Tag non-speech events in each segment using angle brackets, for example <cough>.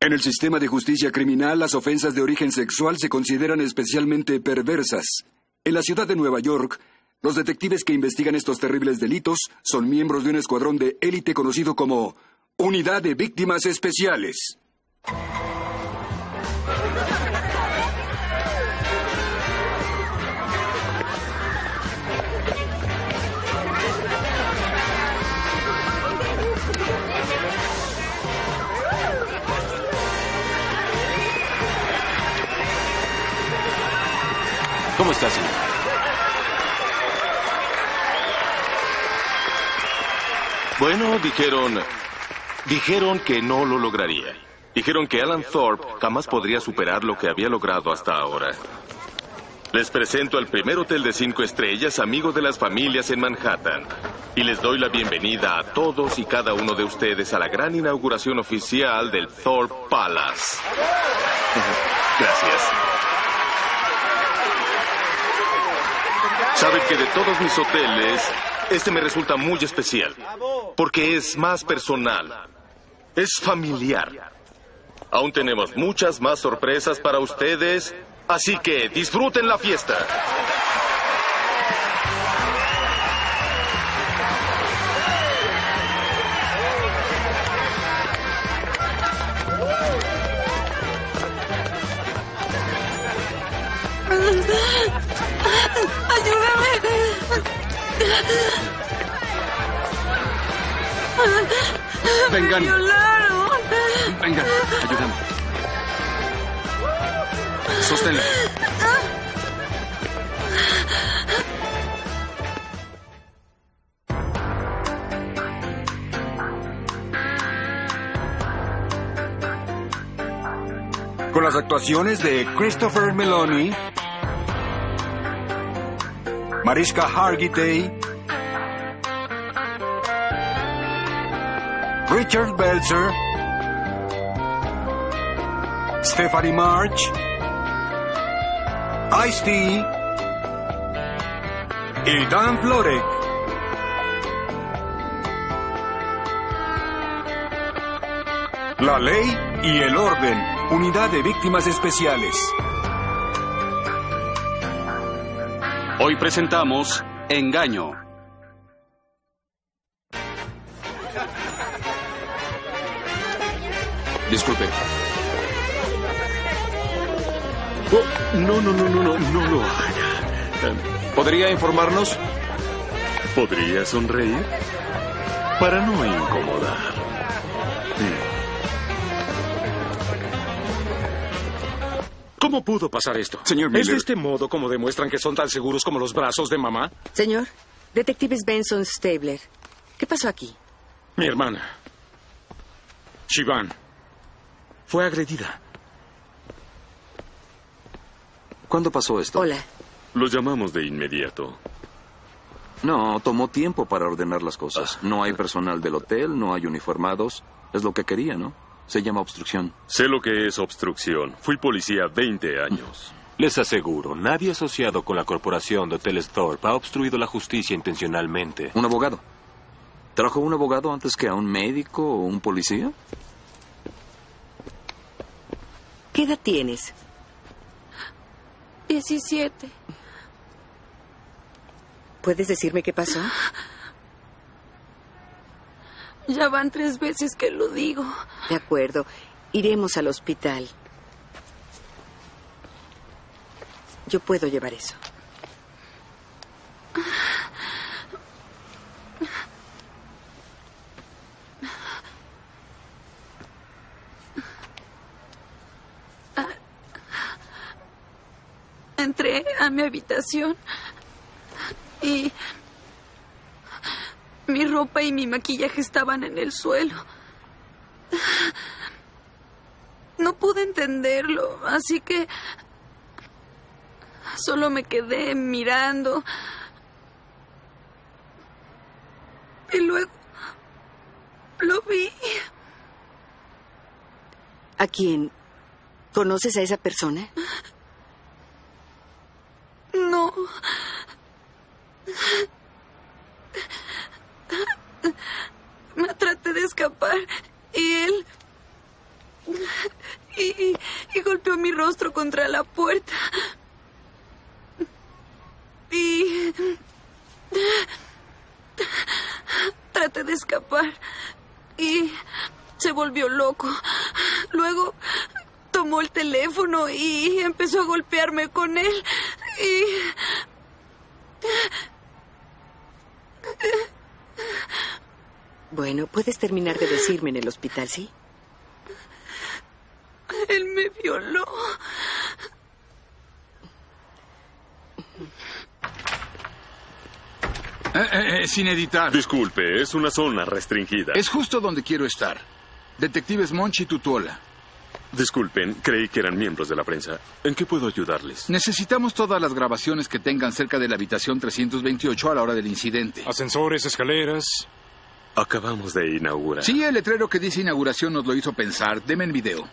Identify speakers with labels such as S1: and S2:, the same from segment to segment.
S1: En el sistema de justicia criminal, las ofensas de origen sexual se consideran especialmente perversas. En la ciudad de Nueva York, los detectives que investigan estos terribles delitos son miembros de un escuadrón de élite conocido como Unidad de Víctimas Especiales.
S2: ¿Cómo está, señor? Bueno, dijeron. Dijeron que no lo lograría. Dijeron que Alan Thorpe jamás podría superar lo que había logrado hasta ahora. Les presento al primer hotel de cinco estrellas, amigo de las familias en Manhattan. Y les doy la bienvenida a todos y cada uno de ustedes a la gran inauguración oficial del Thorpe Palace. <laughs> Gracias. Saben que de todos mis hoteles, este me resulta muy especial, porque es más personal, es familiar. Aún tenemos muchas más sorpresas para ustedes, así que disfruten la fiesta.
S3: ¡Ayúdame!
S4: Vengan.
S3: Me violaron.
S4: Venga, ayúdame. Sosténla.
S1: Con las actuaciones de Christopher Meloni, Mariska Hargitay, Richard Belzer, Stephanie March, Ice-T y Dan Florek. La ley y el orden. Unidad de víctimas especiales.
S5: Hoy presentamos Engaño. Disculpe.
S2: no, no, no, no, no, no lo haga.
S5: ¿Podría informarnos?
S2: ¿Podría sonreír? Para no incomodar.
S6: ¿Cómo pudo pasar esto?
S7: Señor
S6: ¿Es
S7: Miller.
S6: de este modo como demuestran que son tan seguros como los brazos de mamá?
S7: Señor, detectives Benson Stabler. ¿Qué pasó aquí?
S6: Mi hermana, Shivan, fue agredida.
S8: ¿Cuándo pasó esto?
S7: Hola.
S8: Los llamamos de inmediato. No, tomó tiempo para ordenar las cosas. No hay personal del hotel, no hay uniformados. Es lo que quería, ¿no? Se llama obstrucción.
S9: Sé lo que es obstrucción. Fui policía 20 años.
S10: Les aseguro, nadie asociado con la corporación de hoteles Thorpe ha obstruido la justicia intencionalmente.
S8: ¿Un abogado? ¿Trajo un abogado antes que a un médico o un policía?
S7: ¿Qué edad tienes?
S11: 17.
S7: ¿Puedes decirme qué pasó?
S11: Ya van tres veces que lo digo.
S7: De acuerdo. Iremos al hospital. Yo puedo llevar eso.
S11: Entré a mi habitación y mi ropa y mi maquillaje estaban en el suelo. No pude entenderlo, así que solo me quedé mirando. Y luego lo vi.
S7: ¿A quién? ¿Conoces a esa persona?
S11: No. Me traté de escapar y él y, y golpeó mi rostro contra la puerta. Y... Traté de escapar y se volvió loco. Luego tomó el teléfono y empezó a golpearme con él. Y...
S3: Bueno, puedes terminar de decirme en el hospital, ¿sí?
S11: Él me violó.
S1: Eh, eh, eh, sin editar.
S10: Disculpe, es una zona restringida.
S1: Es justo donde quiero estar. Detectives Monchi y Tutuola.
S10: Disculpen, creí que eran miembros de la prensa. ¿En qué puedo ayudarles?
S1: Necesitamos todas las grabaciones que tengan cerca de la habitación 328 a la hora del incidente.
S6: Ascensores, escaleras.
S10: Acabamos de inaugurar.
S1: Sí, el letrero que dice inauguración nos lo hizo pensar. Deme el video.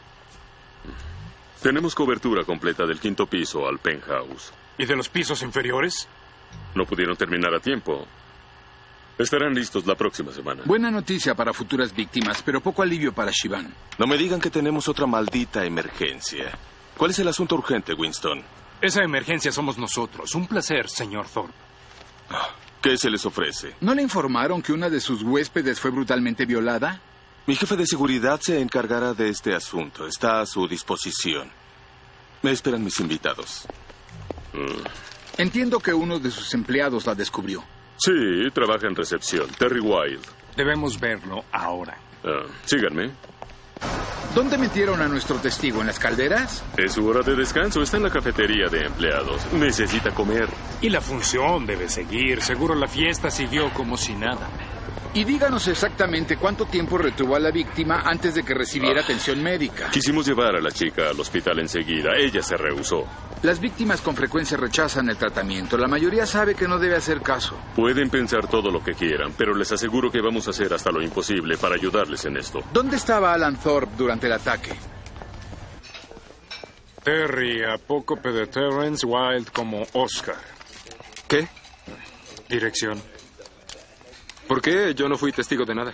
S10: Tenemos cobertura completa del quinto piso al penthouse.
S6: ¿Y de los pisos inferiores?
S10: No pudieron terminar a tiempo. Estarán listos la próxima semana.
S1: Buena noticia para futuras víctimas, pero poco alivio para Shivan.
S12: No me digan que tenemos otra maldita emergencia. ¿Cuál es el asunto urgente, Winston?
S6: Esa emergencia somos nosotros. Un placer, señor Thorpe.
S12: ¿Qué se les ofrece?
S1: ¿No le informaron que una de sus huéspedes fue brutalmente violada?
S12: Mi jefe de seguridad se encargará de este asunto. Está a su disposición. Me esperan mis invitados.
S1: Entiendo que uno de sus empleados la descubrió.
S10: Sí, trabaja en recepción. Terry Wilde.
S6: Debemos verlo ahora.
S10: Ah, síganme.
S1: ¿Dónde metieron a nuestro testigo? ¿En las calderas?
S10: Es su hora de descanso. Está en la cafetería de empleados. Necesita comer.
S6: Y la función debe seguir. Seguro la fiesta siguió como si nada.
S1: Y díganos exactamente cuánto tiempo retuvo a la víctima antes de que recibiera atención médica.
S10: Quisimos llevar a la chica al hospital enseguida. Ella se rehusó.
S6: Ah.
S1: Las víctimas con frecuencia rechazan el tratamiento. La mayoría sabe que no debe hacer caso.
S10: Pueden pensar todo lo que quieran, pero les aseguro que vamos a hacer hasta lo imposible para ayudarles en esto.
S1: ¿Dónde estaba Alan Thorpe durante el ataque?
S6: Terry, apócope de Terrence Wild como Oscar.
S13: ¿Qué?
S6: Dirección.
S13: ¿Por qué? Yo no fui testigo de nada.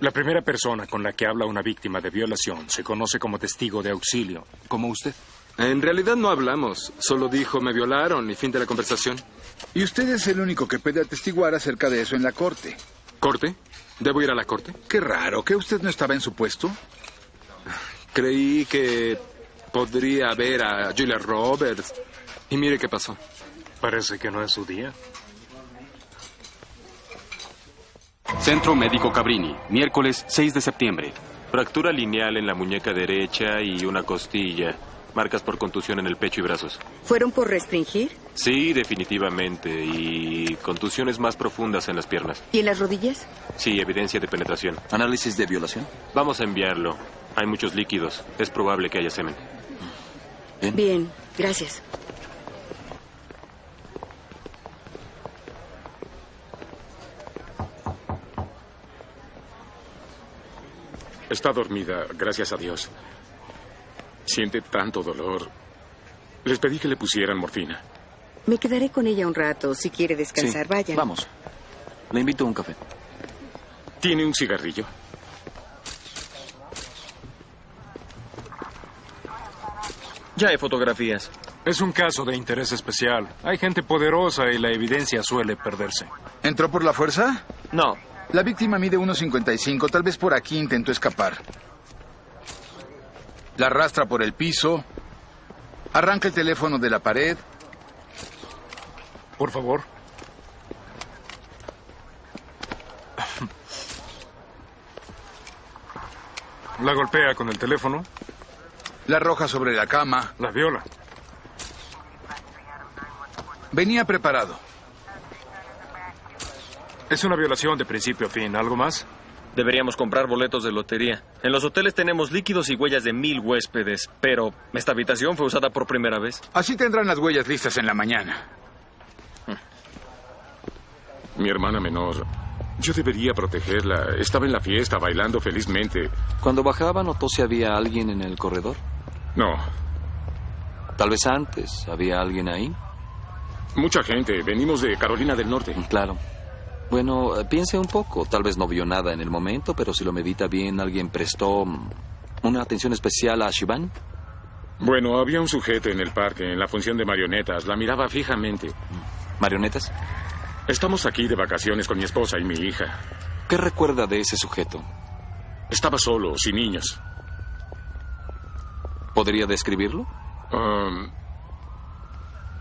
S6: La primera persona con la que habla una víctima de violación se conoce como testigo de auxilio, como usted.
S13: En realidad no hablamos. Solo dijo, me violaron y fin de la conversación.
S1: Y usted es el único que puede atestiguar acerca de eso en la corte.
S13: ¿Corte? ¿Debo ir a la corte?
S1: Qué raro, que usted no estaba en su puesto.
S13: Creí que podría ver a Julia Roberts. Y mire qué pasó.
S6: Parece que no es su día.
S13: Centro Médico Cabrini, miércoles 6 de septiembre.
S14: Fractura lineal en la muñeca derecha y una costilla. Marcas por contusión en el pecho y brazos.
S3: ¿Fueron por restringir?
S14: Sí, definitivamente. Y contusiones más profundas en las piernas.
S3: ¿Y en las rodillas?
S14: Sí, evidencia de penetración.
S8: ¿Análisis de violación?
S14: Vamos a enviarlo. Hay muchos líquidos. Es probable que haya semen.
S3: Bien, Bien gracias.
S15: Está dormida, gracias a Dios. Siente tanto dolor. Les pedí que le pusieran morfina.
S3: Me quedaré con ella un rato. Si quiere descansar,
S8: Sí,
S3: vaya.
S8: Vamos. Le invito a un café.
S15: ¿Tiene un cigarrillo?
S16: Ya hay fotografías.
S6: Es un caso de interés especial. Hay gente poderosa y la evidencia suele perderse.
S1: ¿Entró por la fuerza?
S16: No.
S1: La víctima mide 1.55. Tal vez por aquí intentó escapar. La arrastra por el piso. Arranca el teléfono de la pared.
S6: Por favor. La golpea con el teléfono.
S1: La arroja sobre la cama.
S6: La viola.
S1: Venía preparado.
S6: Es una violación de principio a fin. ¿Algo más?
S16: Deberíamos comprar boletos de lotería. En los hoteles tenemos líquidos y huellas de mil huéspedes, pero esta habitación fue usada por primera vez.
S1: Así tendrán las huellas listas en la mañana.
S15: Mi hermana menor. Yo debería protegerla. Estaba en la fiesta bailando felizmente.
S8: Cuando bajaba, notó si había alguien en el corredor.
S15: No,
S8: Tal vez antes había alguien ahí.
S15: mucha gente. Venimos de Carolina del Norte.
S8: Mm, Claro. Bueno, eh, piense un poco. Tal vez no vio nada en el momento, pero si lo medita bien, alguien prestó mm, una atención especial a Shivan.
S15: Bueno, había un sujeto en el parque, en la función de marionetas. La miraba fijamente.
S13: ¿Marionetas?
S15: Estamos aquí de vacaciones con mi esposa y mi hija.
S13: ¿Qué recuerda de ese sujeto?
S15: Estaba solo, sin niños.
S13: ¿Podría describirlo?
S15: Um,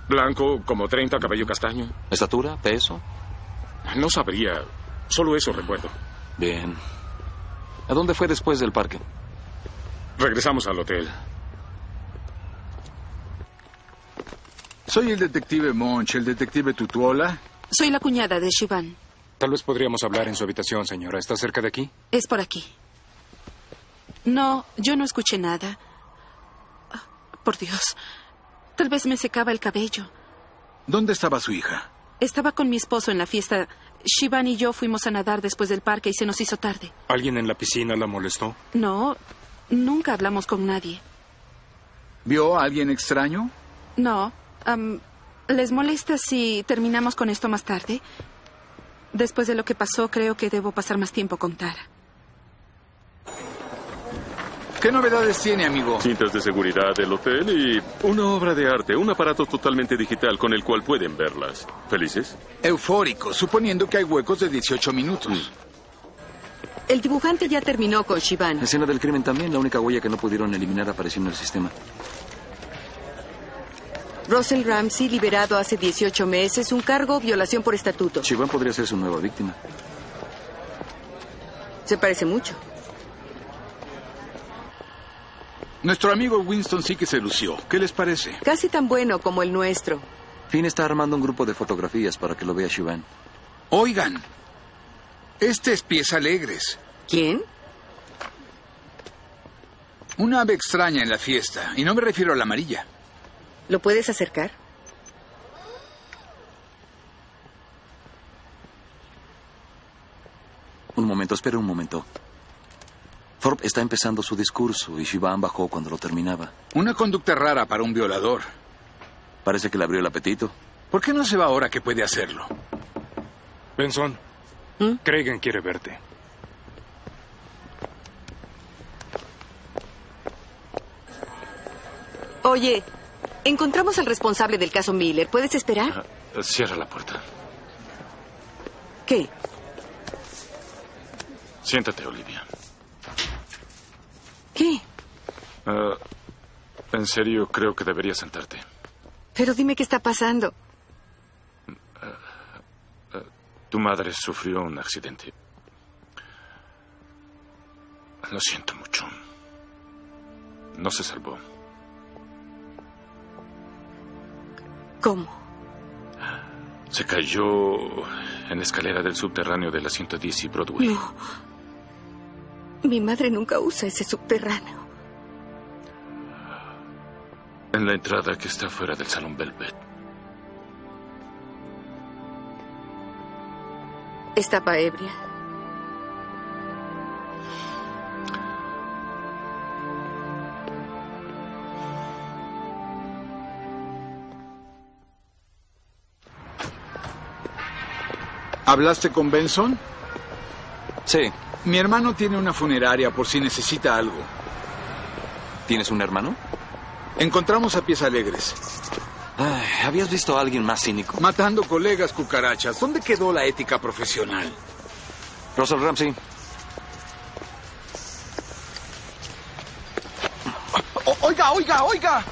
S15: blanco, como 30, cabello castaño.
S13: ¿Estatura? ¿Peso?
S15: No sabría. Solo eso recuerdo.
S13: Bien. ¿A dónde fue después del parque?
S15: Regresamos al hotel.
S1: Soy el detective Monch, el detective Tutuola.
S3: Soy la cuñada de Shivan.
S6: Tal vez podríamos hablar en su habitación, señora. ¿Está cerca de aquí?
S3: Es por aquí. No, yo no escuché nada. Ah, Por Dios. Tal vez me secaba el cabello.
S1: ¿Dónde estaba su hija?
S3: Estaba con mi esposo en la fiesta. Shivan y yo fuimos a nadar después del parque y se nos hizo tarde.
S6: ¿Alguien en la piscina la molestó?
S3: No, nunca hablamos con nadie.
S1: ¿Vio a alguien extraño?
S3: No. am, ¿Les molesta si terminamos con esto más tarde? Después de lo que pasó, creo que debo pasar más tiempo con Tara.
S1: ¿Qué novedades tiene, amigo?
S10: Cintas de seguridad del hotel y una obra de arte, un aparato totalmente digital con el cual pueden verlas. ¿Felices?
S1: Eufórico, suponiendo que hay huecos de 18 minutos.
S7: El dibujante ya terminó con Shivan.
S8: La escena del crimen también, la única huella que no pudieron eliminar apareció en el sistema.
S7: Russell Ramsey, liberado hace 18 meses, un cargo, violación por estatuto.
S8: Chiván podría ser su nueva víctima.
S7: Se parece mucho.
S1: Nuestro amigo Winston sí que se lució. ¿Qué les parece?
S7: Casi tan bueno como el nuestro.
S8: Finn está armando un grupo de fotografías para que lo vea Shivan.
S1: Oigan, este es Pies Alegres.
S7: ¿Quién?
S1: Una ave extraña en la fiesta, y no me refiero a la amarilla.
S7: ¿Lo puedes acercar?
S8: Un momento, espera un momento. Thorpe está empezando su discurso y Shivan bajó cuando lo terminaba.
S1: Una conducta rara para un violador.
S8: Parece que le abrió el apetito.
S1: ¿Por qué no se va ahora que puede hacerlo?
S6: Benson, Cregan quiere verte.
S7: Oye, encontramos al responsable del caso Miller. ¿Puedes esperar?
S15: Cierra la puerta.
S7: ¿Qué?
S15: Siéntate, Olivia.
S7: ¿Qué?
S15: Ah, en serio, creo que deberías sentarte.
S7: Pero dime qué está pasando.
S15: Tu madre sufrió un accidente. Lo siento mucho. No se salvó.
S7: ¿Cómo?
S15: Se cayó en la escalera del subterráneo de la 110 y Broadway.
S7: No. Mi madre nunca usa ese subterráneo.
S15: En la entrada que está fuera del Salón Velvet.
S7: Estaba ebria.
S1: ¿Hablaste con Benson?
S13: Sí.
S1: Mi hermano tiene una funeraria por si necesita algo.
S13: ¿Tienes un hermano?
S1: Encontramos a pies alegres.
S13: Ay, ¿Habías visto a alguien más cínico?
S1: Matando colegas cucarachas. ¿Dónde quedó la ética profesional?
S13: Russell Ramsey.
S1: oiga, oiga, oiga.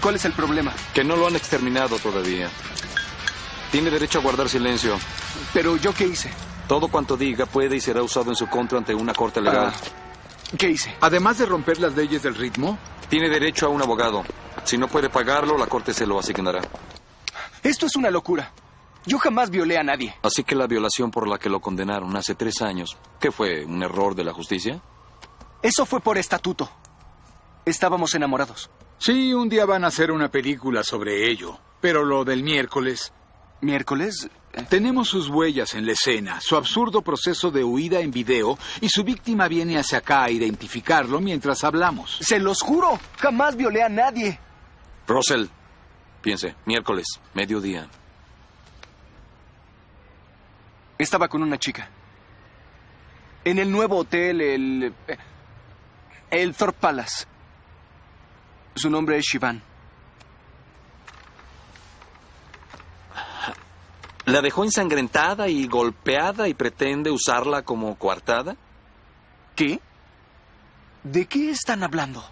S13: ¿Cuál es el problema? Que no lo han exterminado todavía. Tiene derecho a guardar silencio.
S17: Pero yo qué hice?
S13: Todo cuanto diga puede y será usado en su contra ante una corte legal.
S17: ¿Qué hice?
S1: Además de romper las leyes del ritmo,
S13: Tiene derecho a un abogado. Si no puede pagarlo, la corte se lo asignará.
S17: Esto es una locura. Yo jamás violé a nadie.
S13: Así que la violación por la que lo condenaron hace tres años, ¿qué fue? ¿Un error de la justicia?
S17: Eso fue por estatuto. Estábamos enamorados.
S1: sí, un día van a hacer una película sobre ello. Pero lo del miércoles.
S17: ¿Miércoles?
S1: Tenemos sus huellas en la escena, su absurdo proceso de huida en video y su víctima viene hacia acá a identificarlo mientras hablamos.
S17: Se los juro, jamás violé a nadie.
S13: Russell, piense, miércoles, mediodía.
S17: Estaba con una chica. En eh, el nuevo hotel, el... Elthorpe Palace. Su nombre es Shivan.
S18: ¿La dejó ensangrentada y golpeada y pretende usarla como coartada?
S17: ¿Qué? ¿De qué están hablando?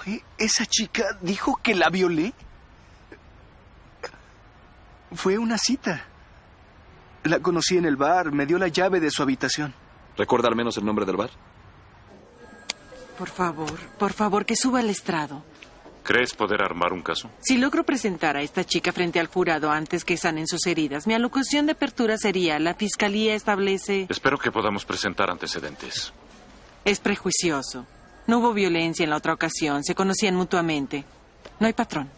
S17: Oye, ¿Esa chica dijo que la violé? Fue una cita. La conocí en el bar, me dio la llave de su habitación.
S8: ¿Recuerda al menos el nombre del bar?
S19: Por favor, por favor, que suba al estrado.
S10: ¿Crees poder armar un caso?
S19: Si logro presentar a esta chica frente al jurado antes que sanen sus heridas, mi alocución de apertura sería, la fiscalía establece...
S10: Espero que podamos presentar antecedentes.
S19: Es prejuicioso. No hubo violencia en la otra ocasión, se conocían mutuamente. No hay patrón.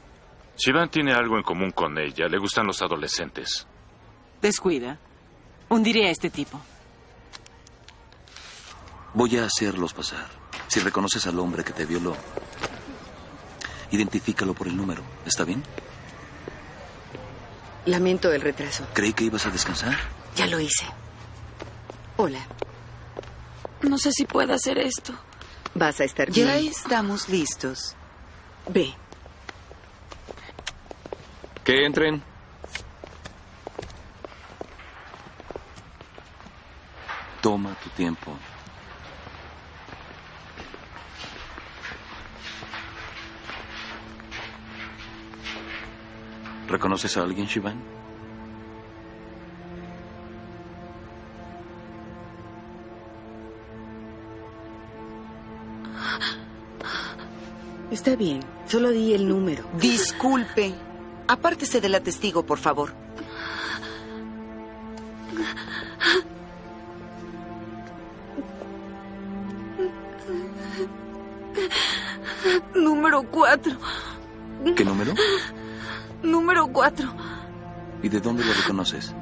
S10: Shivan tiene algo en común con ella. Le gustan los adolescentes.
S19: Descuida. Hundiré a este tipo.
S8: Voy a hacerlos pasar. Si reconoces al hombre que te violó, identifícalo por el número. ¿Está bien?
S7: Lamento el retraso.
S8: Creí que ibas a descansar.
S7: Ya lo hice. Hola.
S11: No sé si puedo hacer esto.
S7: Vas a estar bien.
S20: Ya estamos listos.
S7: Ve.
S13: Que entren.
S8: Toma tu tiempo. ¿Reconoces a alguien, Shivan?
S7: Está bien. Solo di el número.
S20: Disculpe. Apártese de la testigo, por favor.
S11: Número cuatro.
S8: ¿Qué número?
S11: Número cuatro.
S8: ¿Y de dónde lo reconoces?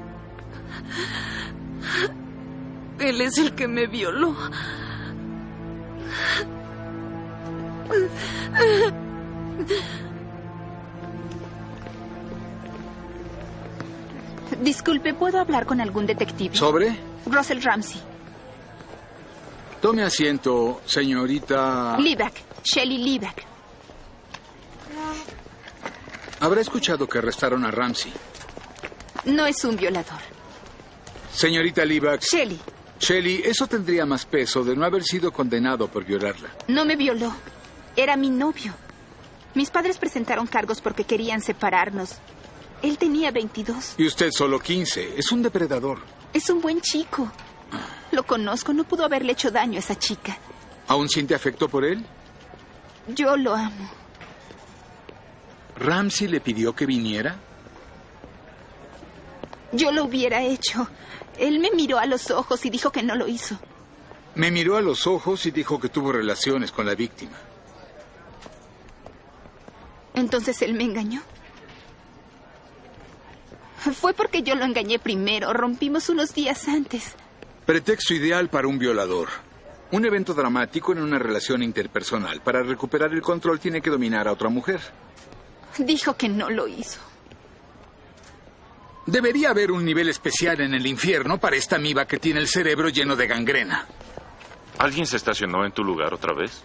S11: Él es el que me violó.
S21: Disculpe, ¿puedo hablar con algún detective?
S1: ¿Sobre?
S21: Russell Ramsey.
S1: Tome asiento, señorita.
S21: Liebeck. Shelley Liebeck.
S1: Habrá escuchado que arrestaron a Ramsey.
S21: No es un violador.
S1: Señorita Liebeck.
S21: Shelley.
S1: Shelley, eso tendría más peso de no haber sido condenado por violarla.
S21: No me violó. Era mi novio. Mis padres presentaron cargos porque querían separarnos. Él tenía 22.
S1: Y usted solo 15. Es un depredador.
S21: Es un buen chico. Lo conozco. No pudo haberle hecho daño a esa chica.
S1: ¿Aún siente afecto por él?
S21: Yo lo amo.
S1: ¿Ramsey le pidió que viniera?
S21: Yo lo hubiera hecho. Él me miró a los ojos y dijo que no lo hizo.
S1: Me miró a los ojos y dijo que tuvo relaciones con la víctima.
S21: Entonces él me engañó. Fue porque yo lo engañé primero. Rompimos unos días antes.
S1: Pretexto ideal para un violador. Un evento dramático en una relación interpersonal. Para recuperar el control tiene que dominar a otra mujer.
S21: Dijo que no lo hizo.
S1: Debería haber un nivel especial en el infierno para esta miba que tiene el cerebro lleno de gangrena.
S10: ¿Alguien se estacionó en tu lugar otra vez?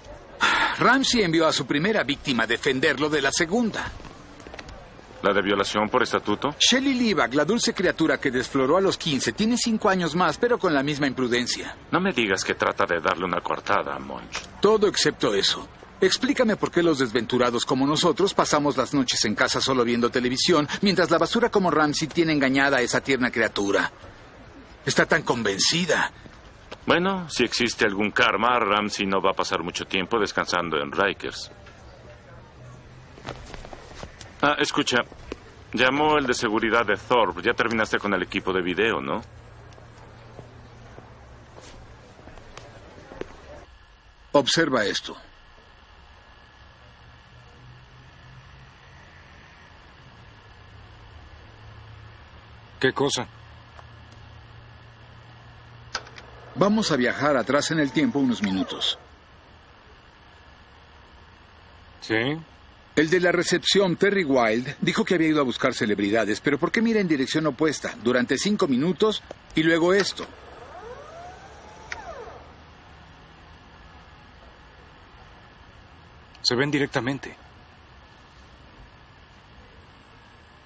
S1: Ramsey envió a su primera víctima a defenderlo de la segunda.
S10: ¿La de violación por estatuto?
S1: Shelly Libak, la dulce criatura que desfloró a los 15, tiene cinco años más, pero con la misma imprudencia.
S10: No me digas que trata de darle una cortada a Monch.
S1: Todo excepto eso. Explícame por qué los desventurados como nosotros pasamos las noches en casa solo viendo televisión, mientras la basura como Ramsey tiene engañada a esa tierna criatura. Está tan convencida.
S10: Bueno, si existe algún karma, Ramsey no va a pasar mucho tiempo descansando en Rikers. Ah, escucha. Llamó el de seguridad de Thorpe. Ya terminaste con el equipo de video, ¿no?
S1: Observa esto.
S6: ¿Qué cosa?
S1: Vamos a viajar atrás en el tiempo unos minutos.
S6: ¿Sí?
S1: El de la recepción, Terry Wilde, dijo que había ido a buscar celebridades, pero ¿por qué mira en dirección opuesta? Durante cinco minutos Y luego esto.
S6: Se ven directamente.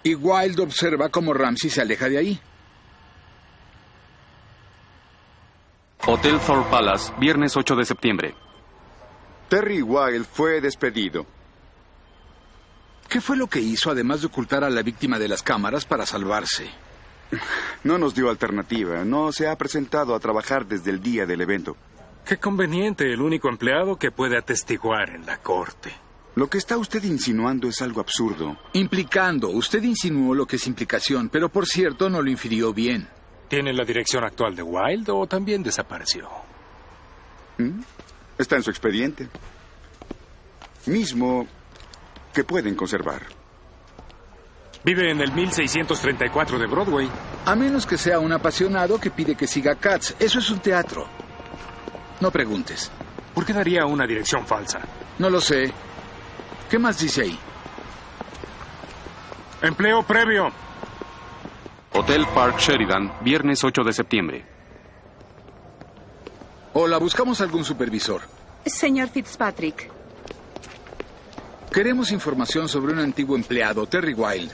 S1: Y Wilde observa cómo Ramsey se aleja de ahí.
S5: Hotel Thor Palace, viernes 8 de septiembre.
S22: Terry Wilde fue despedido.
S1: ¿Qué fue lo que hizo además de ocultar a la víctima de las cámaras para salvarse?
S22: No nos dio alternativa. No se ha presentado a trabajar desde el día del evento.
S6: Qué conveniente, el único empleado que puede atestiguar en la corte.
S22: Lo que está usted insinuando es algo absurdo.
S1: Implicando. Usted insinuó lo que es implicación, pero por cierto no lo infirió bien.
S6: ¿Tiene la dirección actual de Wilde o también desapareció?
S22: ¿Mm? Está en su expediente. Mismo que pueden conservar.
S6: Vive en el 1634 de Broadway.
S1: A menos que sea un apasionado que pide que siga Katz. Eso es un teatro. No preguntes.
S6: ¿Por qué daría una dirección falsa?
S1: No lo sé. ¿Qué más dice ahí?
S6: Empleo previo.
S5: Hotel Park Sheridan, viernes 8 de septiembre.
S1: Hola, buscamos algún supervisor.
S21: Señor Fitzpatrick,
S1: Queremos información sobre un antiguo empleado, Terry Wilde.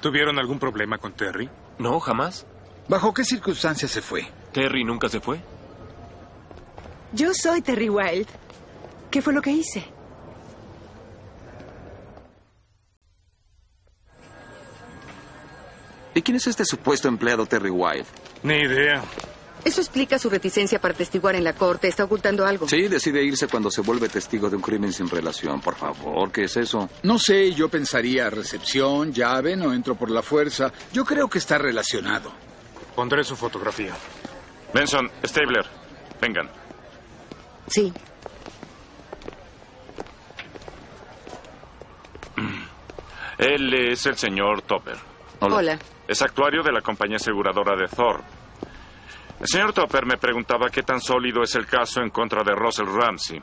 S6: ¿Tuvieron algún problema con Terry?
S14: No, jamás.
S1: ¿Bajo qué circunstancias se fue?
S14: Terry nunca se fue.
S23: Yo soy Terry Wilde. ¿Qué fue lo que hice?
S18: ¿Y quién es este supuesto empleado Terry Wilde?
S6: Ni idea.
S7: Eso explica su reticencia para testiguar en la corte. Está ocultando algo.
S18: Sí, decide irse cuando se vuelve testigo de un crimen sin relación. Por favor, ¿qué es eso?
S1: No sé, yo pensaría recepción, llave, no entro por la fuerza. Yo creo que está relacionado.
S6: Pondré su fotografía.
S10: Benson, Stabler, vengan.
S7: Sí.
S10: Él es el señor Topper.
S7: Hola. Hola.
S10: Es actuario de la compañía aseguradora de Thorpe. El señor Topper me preguntaba qué tan sólido es el caso en contra de Russell Ramsey.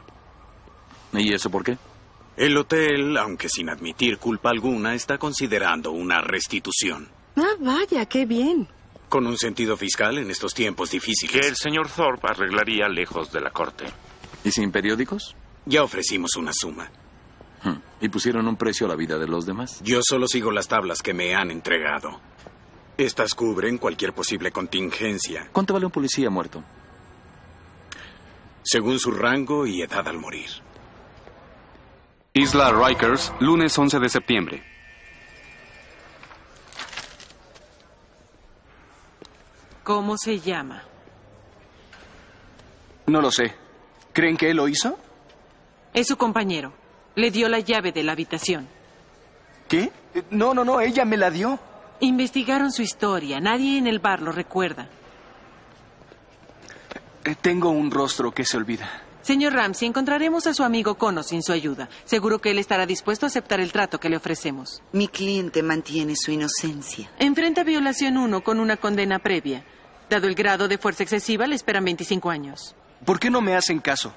S18: ¿Y eso por qué?
S24: El hotel, aunque sin admitir culpa alguna, está considerando una restitución.
S7: Ah, vaya, qué bien.
S24: Con un sentido fiscal en estos tiempos difíciles.
S10: Que el señor Thorpe arreglaría lejos de la corte.
S18: ¿Y sin periódicos?
S24: Ya ofrecimos una suma.
S18: ¿Y pusieron un precio a la vida de los demás?
S24: Yo solo sigo las tablas que me han entregado. Estas cubren cualquier posible contingencia.
S18: ¿Cuánto vale un policía muerto?
S24: Según su rango y edad al morir.
S5: Isla Rikers, lunes 11 de septiembre.
S19: ¿Cómo se llama?
S24: No lo sé. ¿Creen que él lo hizo?
S19: Es su compañero. Le dio la llave de la habitación.
S24: ¿Qué? No, no, no, ella me la dio.
S19: Investigaron su historia. Nadie en el bar lo recuerda.
S24: Eh, Tengo un rostro que se olvida.
S19: Señor Ramsey, encontraremos a su amigo Cono sin su ayuda. Seguro que él estará dispuesto a aceptar el trato que le ofrecemos.
S20: Mi cliente mantiene su inocencia.
S19: Enfrenta violación 1 con una condena previa. Dado el grado de fuerza excesiva, le esperan 25 años.
S24: ¿Por qué no me hacen caso?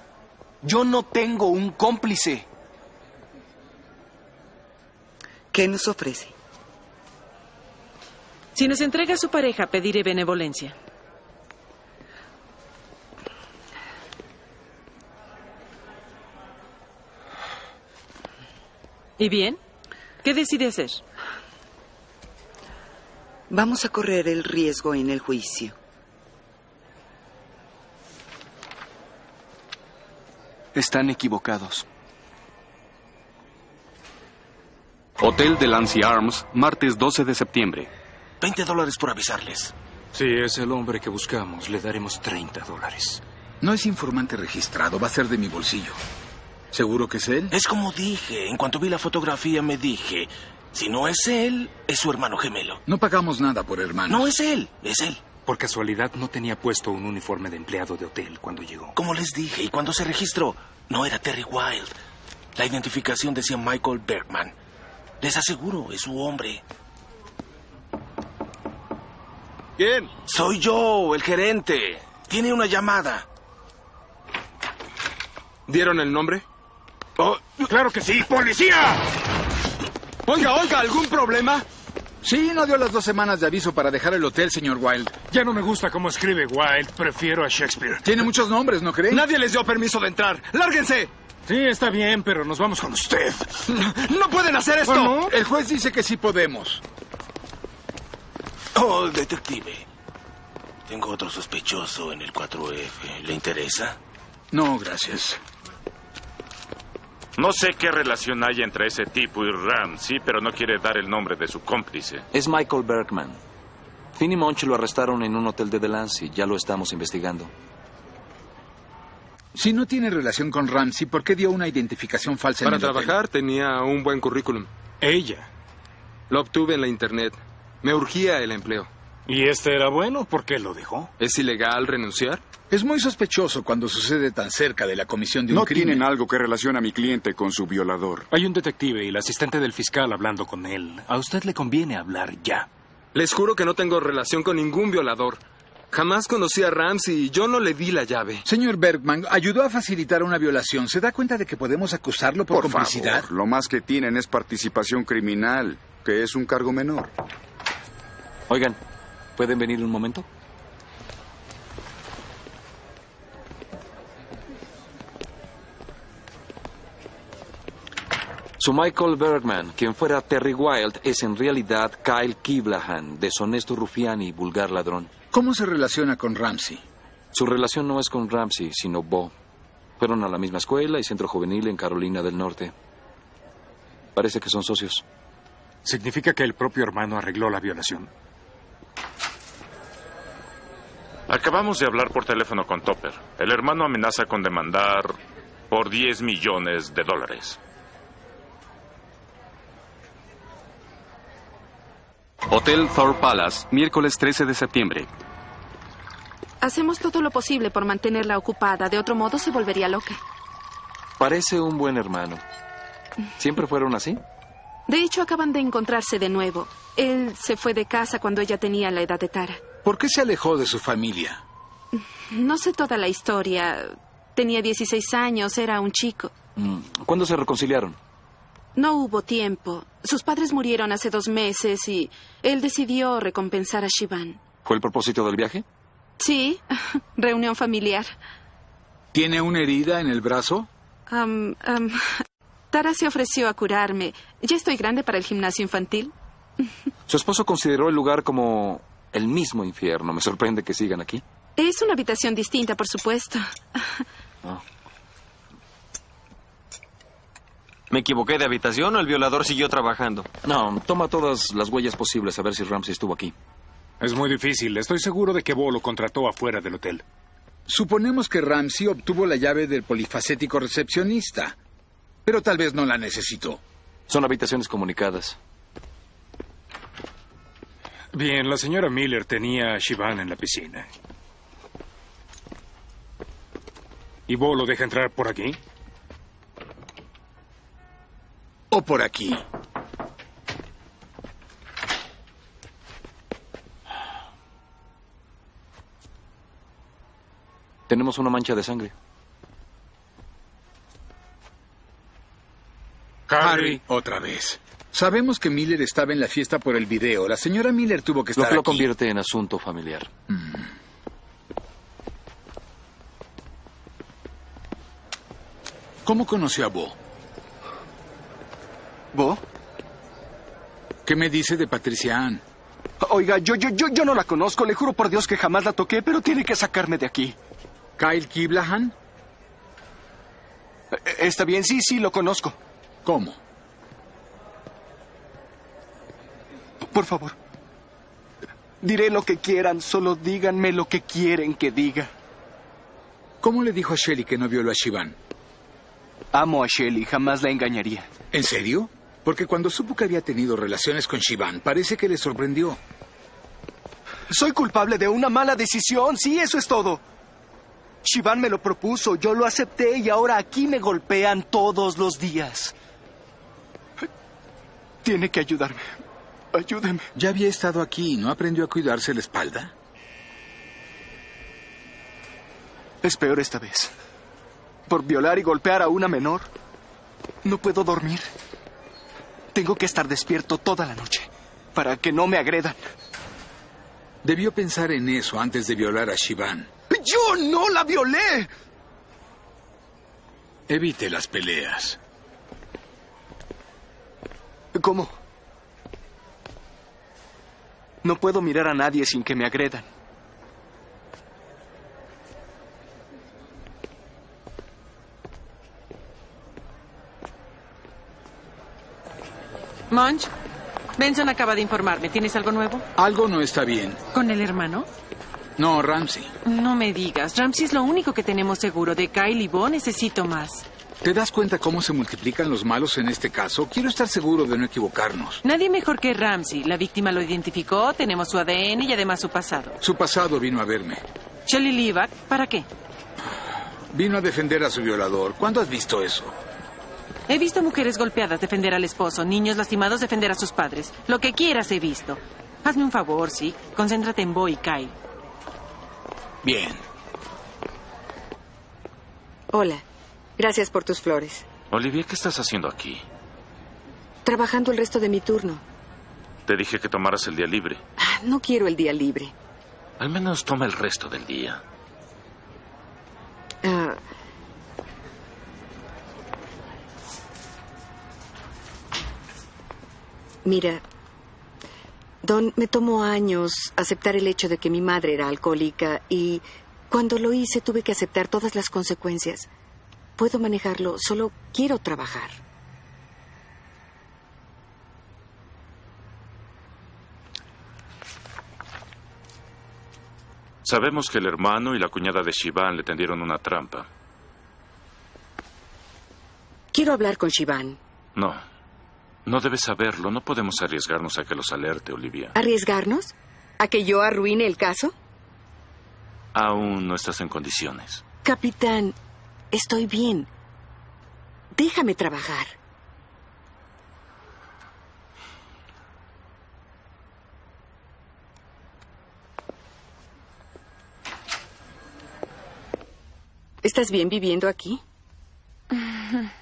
S24: Yo no tengo un cómplice.
S20: ¿Qué nos ofrece?
S19: Si nos entrega a su pareja, pediré benevolencia. ¿Y bien? ¿Qué decide hacer?
S20: Vamos a correr el riesgo en el juicio.
S24: Están equivocados.
S5: Hotel de Lancy Arms, martes 12 de septiembre.
S24: 20 dólares por avisarles.
S6: Si es el hombre que buscamos, le daremos 30 dólares.
S1: No es informante registrado, va a ser de mi bolsillo. ¿Seguro que es él?
S24: Es como dije, en cuanto vi la fotografía me dije, si no es él, es su hermano gemelo.
S1: No pagamos nada por hermano.
S24: No es él, es él.
S6: Por casualidad no tenía puesto un uniforme de empleado de hotel cuando llegó.
S24: Como les dije, y cuando se registró, no era Terry Wilde. La identificación decía Michael Bergman. Les aseguro, es su hombre.
S13: ¿Quién?
S24: Soy yo, el gerente. Tiene una llamada.
S13: ¿Dieron el nombre?
S24: Oh, claro que sí, policía.
S13: Oiga, oiga, ¿algún problema?
S1: Sí, no dio las dos semanas de aviso para dejar el hotel, señor Wilde.
S6: Ya no me gusta cómo escribe Wilde. Prefiero a Shakespeare.
S1: Tiene muchos nombres, ¿no cree?
S6: Nadie les dio permiso de entrar. ¡Lárguense! Sí, está bien, pero nos vamos con usted.
S1: ¡No pueden hacer esto! El juez dice que sí podemos.
S24: Oh, detective. Tengo otro sospechoso en el 4F. ¿Le interesa?
S1: No, gracias.
S10: No sé qué relación hay entre ese tipo y Ramsey, pero no quiere dar el nombre de su cómplice.
S8: Es Michael Bergman. Finney Monch lo arrestaron en un hotel de Delancey. Ya lo estamos investigando.
S1: Si no tiene relación con Ramsey, ¿por qué dio una identificación falsa
S13: Para
S1: en el hotel?
S13: trabajar tenía un buen currículum. Ella. Lo obtuve en la internet. Me urgía el empleo.
S6: ¿Y este era bueno? ¿Por qué lo dejó?
S13: ¿Es ilegal renunciar?
S1: Es muy sospechoso cuando sucede tan cerca de la comisión de un
S22: No
S1: crimen.
S22: tienen algo que relaciona a mi cliente con su violador.
S6: Hay un detective y el asistente del fiscal hablando con él. A usted le conviene hablar ya.
S13: Les juro que no tengo relación con ningún violador. Jamás conocí a Ramsey y yo no le di la llave.
S1: Señor Bergman, ayudó a facilitar una violación. ¿Se da cuenta de que podemos acusarlo por,
S22: Por
S1: complicidad?
S22: favor, lo más que tienen es participación criminal, que es un cargo menor.
S8: Oigan, ¿pueden venir un momento? Su Michael Bergman, quien fuera Terry Wilde, es en realidad Kyle Kiblahan, deshonesto rufián y vulgar ladrón.
S1: ¿Cómo se relaciona con Ramsey?
S8: Su relación no es con Ramsey, sino Bo. Fueron a la misma escuela y centro juvenil en Carolina del Norte. Parece que son socios.
S6: ¿Significa que el propio hermano arregló la violación?
S10: Acabamos de hablar por teléfono con Topper. El hermano amenaza con demandar por 10 millones de dólares.
S5: Hotel Thor Palace, miércoles 13 de septiembre.
S3: Hacemos todo lo posible por mantenerla ocupada. De otro modo, se volvería loca.
S8: Parece un buen hermano. ¿Siempre fueron así?
S3: De hecho, acaban de encontrarse de nuevo. Él se fue de casa cuando ella tenía la edad de Tara.
S1: ¿Por qué se alejó de su familia?
S3: No sé toda la historia. Tenía 16 años, era un chico.
S8: Mm. ¿Cuándo se reconciliaron?
S3: No hubo tiempo. Sus padres murieron hace dos meses y él decidió recompensar a Shivan.
S8: ¿Fue el propósito del viaje?
S3: Sí, <laughs> reunión familiar.
S1: ¿Tiene una herida en el brazo?
S3: Am, am, Tara se ofreció a curarme. Ya estoy grande para el gimnasio infantil.
S8: Su esposo consideró el lugar como el mismo infierno. Me sorprende que sigan aquí.
S3: Es una habitación distinta, por supuesto.
S8: Ah.
S16: ¿Me equivoqué de habitación o el violador siguió trabajando?
S8: No, toma todas las huellas posibles a ver si Ramsey estuvo aquí.
S6: Es muy difícil. Estoy seguro de que Bo lo contrató afuera del hotel.
S1: Suponemos que Ramsey obtuvo la llave del polifacético recepcionista, pero tal vez no la necesitó.
S8: Son habitaciones comunicadas.
S6: Bien, la señora Miller tenía a Shivan en la piscina. ¿Y Bo lo deja entrar por aquí?
S1: O por aquí.
S8: Tenemos una mancha de sangre.
S1: Harry, otra vez. Sabemos que Miller estaba en la fiesta por el video. La señora Miller tuvo que
S8: Lo
S1: estar
S8: que lo
S1: aquí.
S8: convierte en asunto familiar.
S1: ¿Cómo conoció a Bo?
S17: ¿Bo?
S1: ¿Qué me dice de Patricia Ann?
S17: Oiga, yo, yo, yo, yo no la conozco, le juro por Dios que jamás la toqué, pero tiene que sacarme de aquí.
S1: ¿Kyle Kiblahan?
S17: Eh, Está bien, sí, sí, lo conozco.
S1: ¿Cómo?
S17: Por favor. Diré lo que quieran, solo díganme lo que quieren que diga.
S1: ¿Cómo le dijo a Shelly que no violó a Shivan?
S17: Amo a Shelly, jamás la engañaría.
S1: ¿En serio? Porque cuando supo que había tenido relaciones con Shivan, parece que le sorprendió.
S17: Soy culpable de una mala decisión, sí, eso es todo. Shivan me lo propuso, yo lo acepté y ahora aquí me golpean todos los días. Tiene que ayudarme. Ayúdeme.
S1: Ya había estado aquí, ¿no aprendió a cuidarse la espalda?
S17: Es peor esta vez. Por violar y golpear a una menor. No puedo dormir. Tengo que estar despierto toda la noche. para que no me agredan.
S1: Debió pensar en eso antes de violar a Shivan.
S17: ¡Yo no la violé!
S1: Evite las peleas.
S17: ¿Cómo? No puedo mirar a nadie sin que me agredan.
S19: Munch, Benson acaba de informarme. ¿Tienes algo nuevo?
S1: Algo no está bien.
S19: ¿Con el hermano?
S1: No, Ramsey.
S19: No me digas. Ramsey es lo único que tenemos seguro. De Kyle y Bo necesito más.
S1: ¿Te das cuenta cómo se multiplican los malos en este caso? Quiero estar seguro de no equivocarnos.
S19: Nadie mejor que Ramsey. La víctima lo identificó, tenemos su ADN y además su pasado.
S1: Su pasado vino a verme.
S19: Shelly Livac, ¿para qué?
S1: Vino a defender a su violador. ¿Cuándo has visto eso?
S19: He visto mujeres golpeadas defender al esposo, niños lastimados defender a sus padres. Lo que quieras he visto. Hazme un favor, sí. Concéntrate en Bo y Kyle.
S1: Bien.
S7: Hola. Gracias por tus flores.
S10: Olivia, ¿qué estás haciendo aquí?
S7: Trabajando el resto de mi turno.
S10: Te dije que tomaras el día libre.
S7: Ah, No quiero el día libre.
S10: Al menos toma el resto del día.
S7: Ah. Mira, Don, me tomó años aceptar el hecho de que mi madre era alcohólica y cuando lo hice tuve que aceptar todas las consecuencias. Puedo manejarlo, solo quiero trabajar.
S10: Sabemos que el hermano y la cuñada de Shivan le tendieron una trampa.
S7: Quiero hablar con Shivan.
S10: No. No debes saberlo. No podemos arriesgarnos a que los alerte, Olivia.
S7: ¿Arriesgarnos? ¿A que yo arruine el caso?
S10: Aún no estás en condiciones.
S7: Capitán, estoy bien. Déjame trabajar. ¿Estás bien viviendo aquí?
S25: <laughs>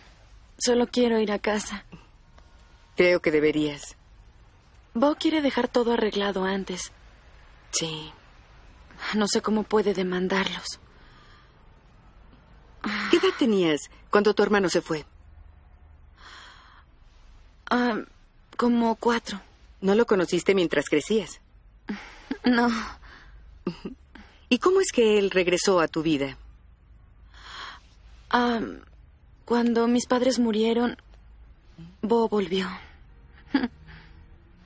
S25: Solo quiero ir a casa.
S7: Creo que deberías.
S25: Bo quiere dejar todo arreglado antes.
S7: Sí.
S25: No sé cómo puede demandarlos.
S7: ¿Qué edad tenías cuando tu hermano se fue?
S25: Ah, como cuatro.
S7: ¿No lo conociste mientras crecías?
S25: No.
S7: ¿Y cómo es que él regresó a tu vida?
S25: Ah, cuando mis padres murieron, Bo volvió. <laughs>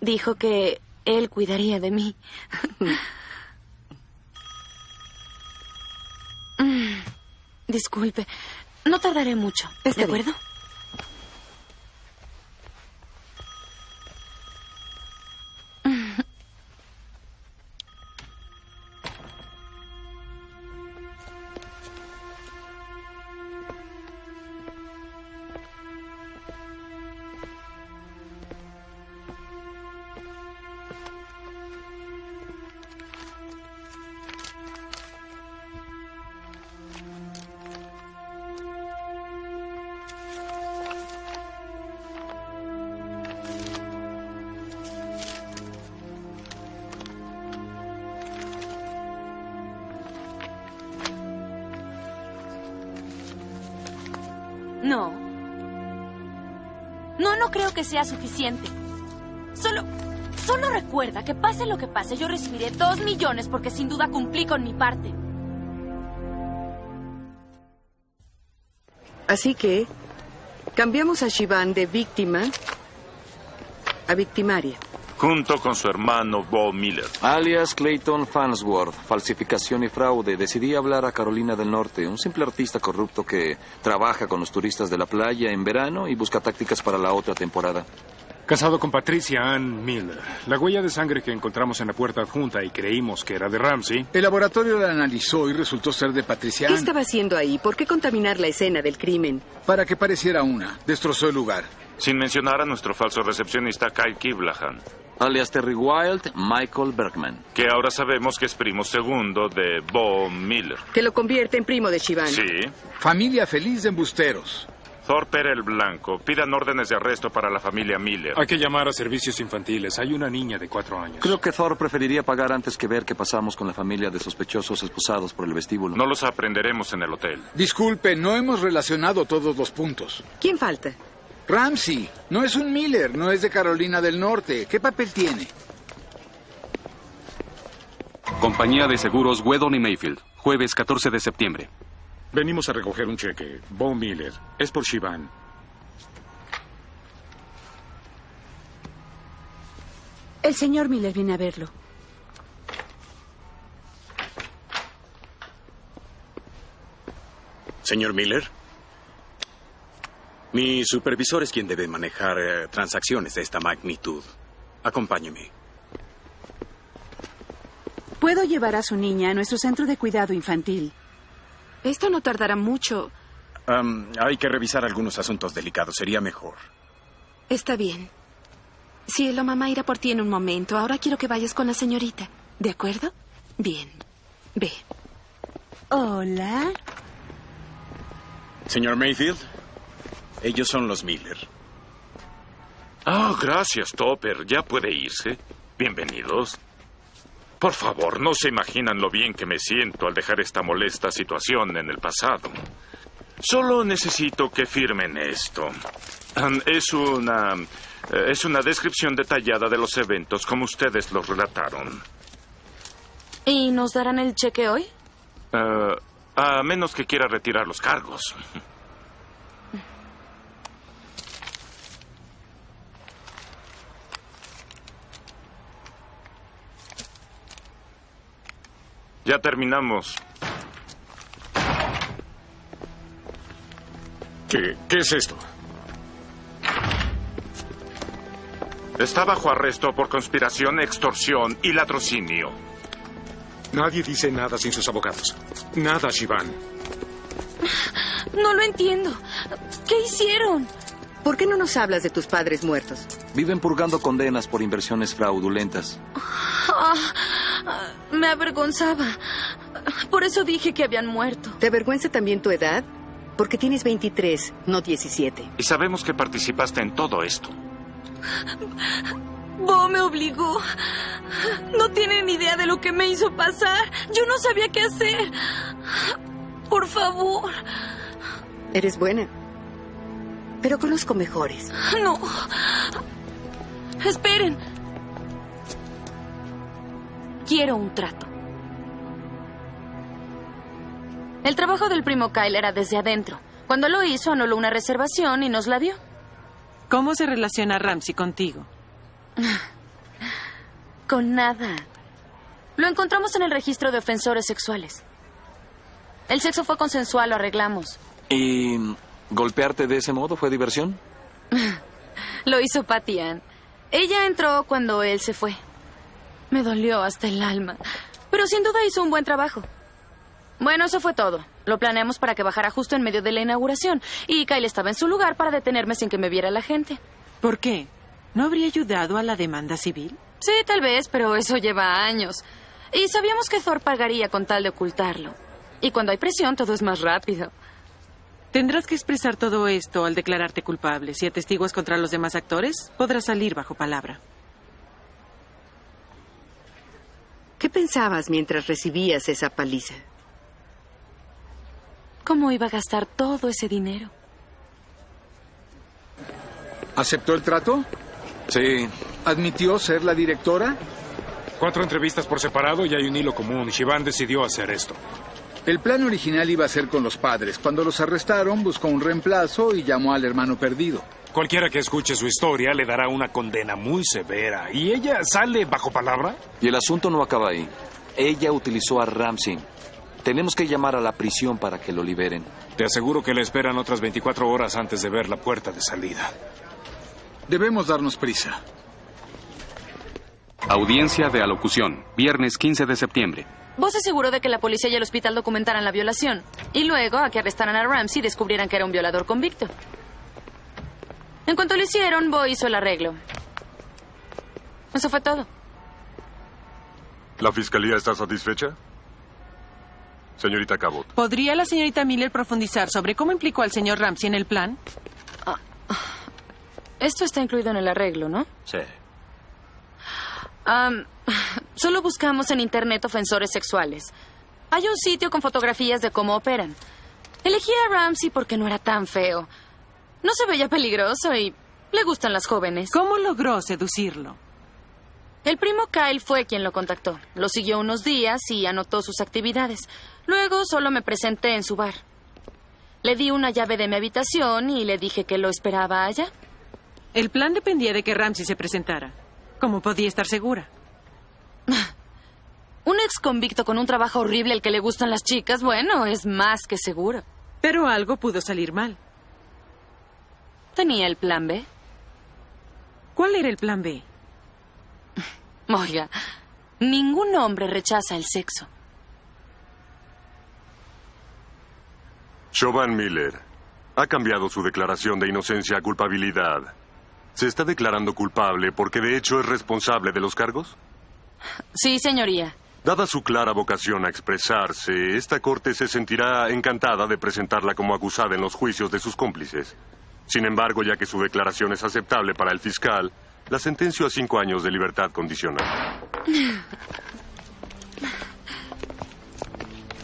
S25: Dijo que él cuidaría de mí. <laughs> Mm, Disculpe, no tardaré mucho. ¿De
S7: Está bien. <laughs>
S25: acuerdo?
S12: No. No, no creo que sea suficiente. Solo, solo recuerda que pase lo que pase, yo recibiré dos millones porque sin duda cumplí con mi parte.
S7: Así que cambiamos a Shivan de víctima a victimaria.
S10: Junto con su hermano Bo Miller.
S8: Alias Clayton Fansworth, falsificación y fraude, decidí hablar a Carolina del Norte, un simple artista corrupto que trabaja con los turistas de la playa en verano y busca tácticas para la otra temporada.
S6: Casado con Patricia Ann Miller. La huella de sangre que encontramos en la puerta adjunta y creímos que era de Ramsey.
S1: El laboratorio la analizó y resultó ser de Patricia
S7: ¿Qué
S1: Ann
S7: estaba haciendo ahí? ¿Por qué contaminar la escena del crimen?
S1: para que pareciera una. Destrozó el lugar.
S10: Sin mencionar a nuestro falso recepcionista Kyle Kiblahan,
S8: Alias Terry Wild, Michael Bergman.
S10: que ahora sabemos que es primo segundo de Bo Miller.
S7: Que lo convierte en primo de Shivan.
S10: Sí.
S1: Familia feliz de embusteros.
S10: Thorpe era el blanco. Pidan órdenes de arresto para la familia Miller.
S6: Hay que llamar a servicios infantiles. Hay una niña de cuatro años.
S8: Creo que Thor preferiría pagar antes que ver qué pasamos con la familia de sospechosos expulsados por el vestíbulo.
S10: No los aprenderemos en el hotel.
S1: Disculpe, no hemos relacionado todos los puntos.
S7: ¿Quién falta?
S1: Ramsey, no es un Miller, no es de Carolina del Norte. ¿Qué papel tiene?
S5: Compañía de Seguros Wedon y Mayfield, jueves 14 de septiembre.
S15: Venimos a recoger un cheque. Bo Miller. Es por Shivan.
S23: El señor Miller viene a verlo.
S15: Señor Miller. Mi supervisor es quien debe manejar eh, transacciones de esta magnitud. Acompáñeme.
S23: Puedo llevar a su niña a nuestro centro de cuidado infantil.
S3: Esto no tardará mucho.
S15: Am, hay que revisar algunos asuntos delicados. Sería mejor.
S3: Está bien. Cielo, mamá irá por ti en un momento. Ahora quiero que vayas con la señorita. ¿De acuerdo? Bien. Ve.
S23: Hola.
S15: Señor Mayfield, ellos son los Miller.
S10: Ah, gracias, Topper. Ya puede irse. Bienvenidos. Por favor, no se imaginan lo bien que me siento al dejar esta molesta situación en el pasado. Solo necesito que firmen esto. Am, Es una. eh, Es una descripción detallada de los eventos como ustedes los relataron.
S25: ¿Y nos darán el cheque hoy?
S10: Eh, a menos que quiera retirar los cargos. Ya terminamos.
S15: ¿Qué, qué es esto?
S10: Está bajo arresto por conspiración, extorsión y latrocinio.
S15: Nadie dice nada sin sus abogados.
S10: Nada, Shivan.
S12: No lo entiendo. ¿Qué hicieron?
S7: ¿Por qué no nos hablas de tus padres muertos?
S8: Viven purgando condenas por inversiones fraudulentas.
S12: Ah, ah, me avergonzaba. Por eso dije que habían muerto.
S7: ¿Te avergüenza también tu edad? Porque tienes 23, no 17.
S10: Y sabemos que participaste en todo esto.
S12: Bo me obligó. No tienen idea de lo que me hizo pasar. Yo no sabía qué hacer. Por favor.
S7: Eres buena. Pero conozco mejores.
S12: No. Esperen. Quiero un trato. El trabajo del primo Kyle era desde adentro. Cuando lo hizo, anuló una reservación y nos la dio.
S19: ¿Cómo se relaciona Ramsey contigo?
S12: Con nada. Lo encontramos en el registro de ofensores sexuales. El sexo fue consensual, lo arreglamos.
S8: ¿Y mm, golpearte de ese modo fue diversión?
S12: Lo hizo Patty Ann. Ella entró cuando él se fue. Me dolió hasta el alma. Pero sin duda hizo un buen trabajo. Bueno, eso fue todo. Lo planeamos para que bajara justo en medio de la inauguración. Y Kyle estaba en su lugar para detenerme sin que me viera la gente.
S19: ¿Por qué? ¿No habría ayudado a la demanda civil?
S12: Sí, tal vez, pero eso lleva años. Y sabíamos que Thor pagaría con tal de ocultarlo. Y cuando hay presión, todo es más rápido.
S19: Tendrás que expresar todo esto al declararte culpable. Si atestiguas contra los demás actores, podrás salir bajo palabra.
S7: ¿Qué pensabas mientras recibías esa paliza?
S25: ¿Cómo iba a gastar todo ese dinero?
S1: ¿Aceptó el trato?
S8: Sí.
S1: ¿Admitió ser la directora?
S6: Cuatro entrevistas por separado y hay un hilo común. Shivan decidió hacer esto.
S1: El plan original iba a ser con los padres. Cuando los arrestaron, buscó un reemplazo y llamó al hermano perdido.
S6: Cualquiera que escuche su historia le dará una condena muy severa. ¿Y ella sale bajo palabra?
S8: Y el asunto no acaba ahí. Ella utilizó a Ramsey. Tenemos que llamar a la prisión para que lo liberen.
S6: Te aseguro que le esperan otras 24 horas antes de ver la puerta de salida.
S1: Debemos darnos prisa.
S5: Audiencia de alocución, viernes 15 de septiembre.
S12: Vos se aseguró de que la policía y el hospital documentaran la violación. Y luego a que arrestaran a Ramsey y descubrieran que era un violador convicto. En cuanto lo hicieron, Bo hizo el arreglo. Eso fue todo.
S11: ¿La fiscalía está satisfecha?
S26: Señorita Cabot.
S19: ¿Podría la señorita Miller profundizar sobre cómo implicó al señor Ramsey en el plan?
S12: Ah, Esto está incluido en el arreglo, ¿no?
S26: Sí.
S12: Am, <laughs> solo buscamos en Internet ofensores sexuales. Hay un sitio con fotografías de cómo operan. Elegí a Ramsey porque no era tan feo. No se veía peligroso y le gustan las jóvenes.
S19: ¿Cómo logró seducirlo?
S12: El primo Kyle fue quien lo contactó. Lo siguió unos días y anotó sus actividades. Luego solo me presenté en su bar. Le di una llave de mi habitación y le dije que lo esperaba allá.
S19: El plan dependía de que Ramsey se presentara. ¿Cómo podía estar segura?
S12: Un ex convicto con un trabajo horrible al que le gustan las chicas, bueno, es más que seguro.
S19: Pero algo pudo salir mal.
S12: ¿Tenía el plan B?
S19: ¿Cuál era el plan B?
S12: <laughs> Oiga, ningún hombre rechaza el sexo.
S26: Chauvin Miller ha cambiado su declaración de inocencia a culpabilidad. ¿Se está declarando culpable porque de hecho es responsable de los cargos?
S19: <laughs>
S12: Sí, señoría.
S26: Dada su clara vocación a expresarse, esta corte se sentirá encantada de presentarla como acusada en los juicios de sus cómplices. Sin embargo, ya que su declaración es aceptable para el fiscal, la sentencio a cinco años de libertad condicional.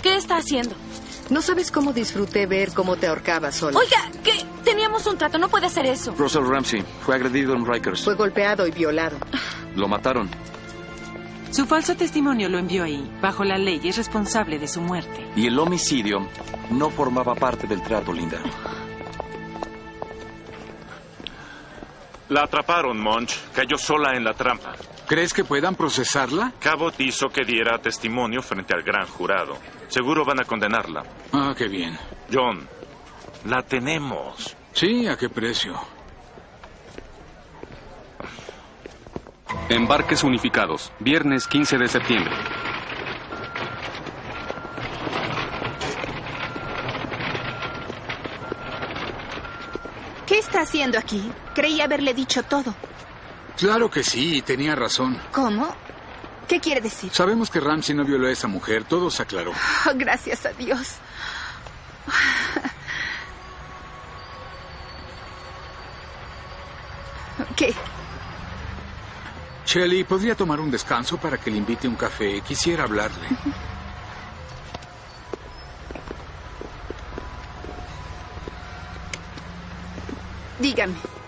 S12: ¿Qué está haciendo?
S7: No sabes cómo disfruté ver cómo te ahorcabas sola.
S12: Oiga, ¿qué? Teníamos un trato, no puede hacer eso.
S8: Russell Ramsey fue agredido en Rikers.
S7: Fue golpeado y violado.
S8: Lo mataron.
S19: Su falso testimonio lo envió ahí. Bajo la ley es responsable de su muerte.
S8: Y el homicidio no formaba parte del trato, Linda.
S10: La atraparon, Monch. Cayó sola en la trampa.
S1: ¿Crees que puedan procesarla?
S10: Cabot hizo que diera testimonio frente al gran jurado. Seguro van a condenarla.
S1: Ah, qué bien.
S10: John, la tenemos.
S1: Sí, ¿a qué precio?
S5: Embarques unificados, viernes 15 de septiembre.
S21: ¿Qué está haciendo aquí? Creí haberle dicho todo.
S1: Claro que sí, tenía razón.
S21: ¿Cómo? ¿Qué quiere decir?
S1: Sabemos que Ramsey no violó a esa mujer, todo se aclaró.
S21: Oh, gracias a Dios. ¿Qué?
S1: Shelley, ¿podría tomar un descanso para que le invite un café? Quisiera hablarle.
S21: <laughs> Dígame.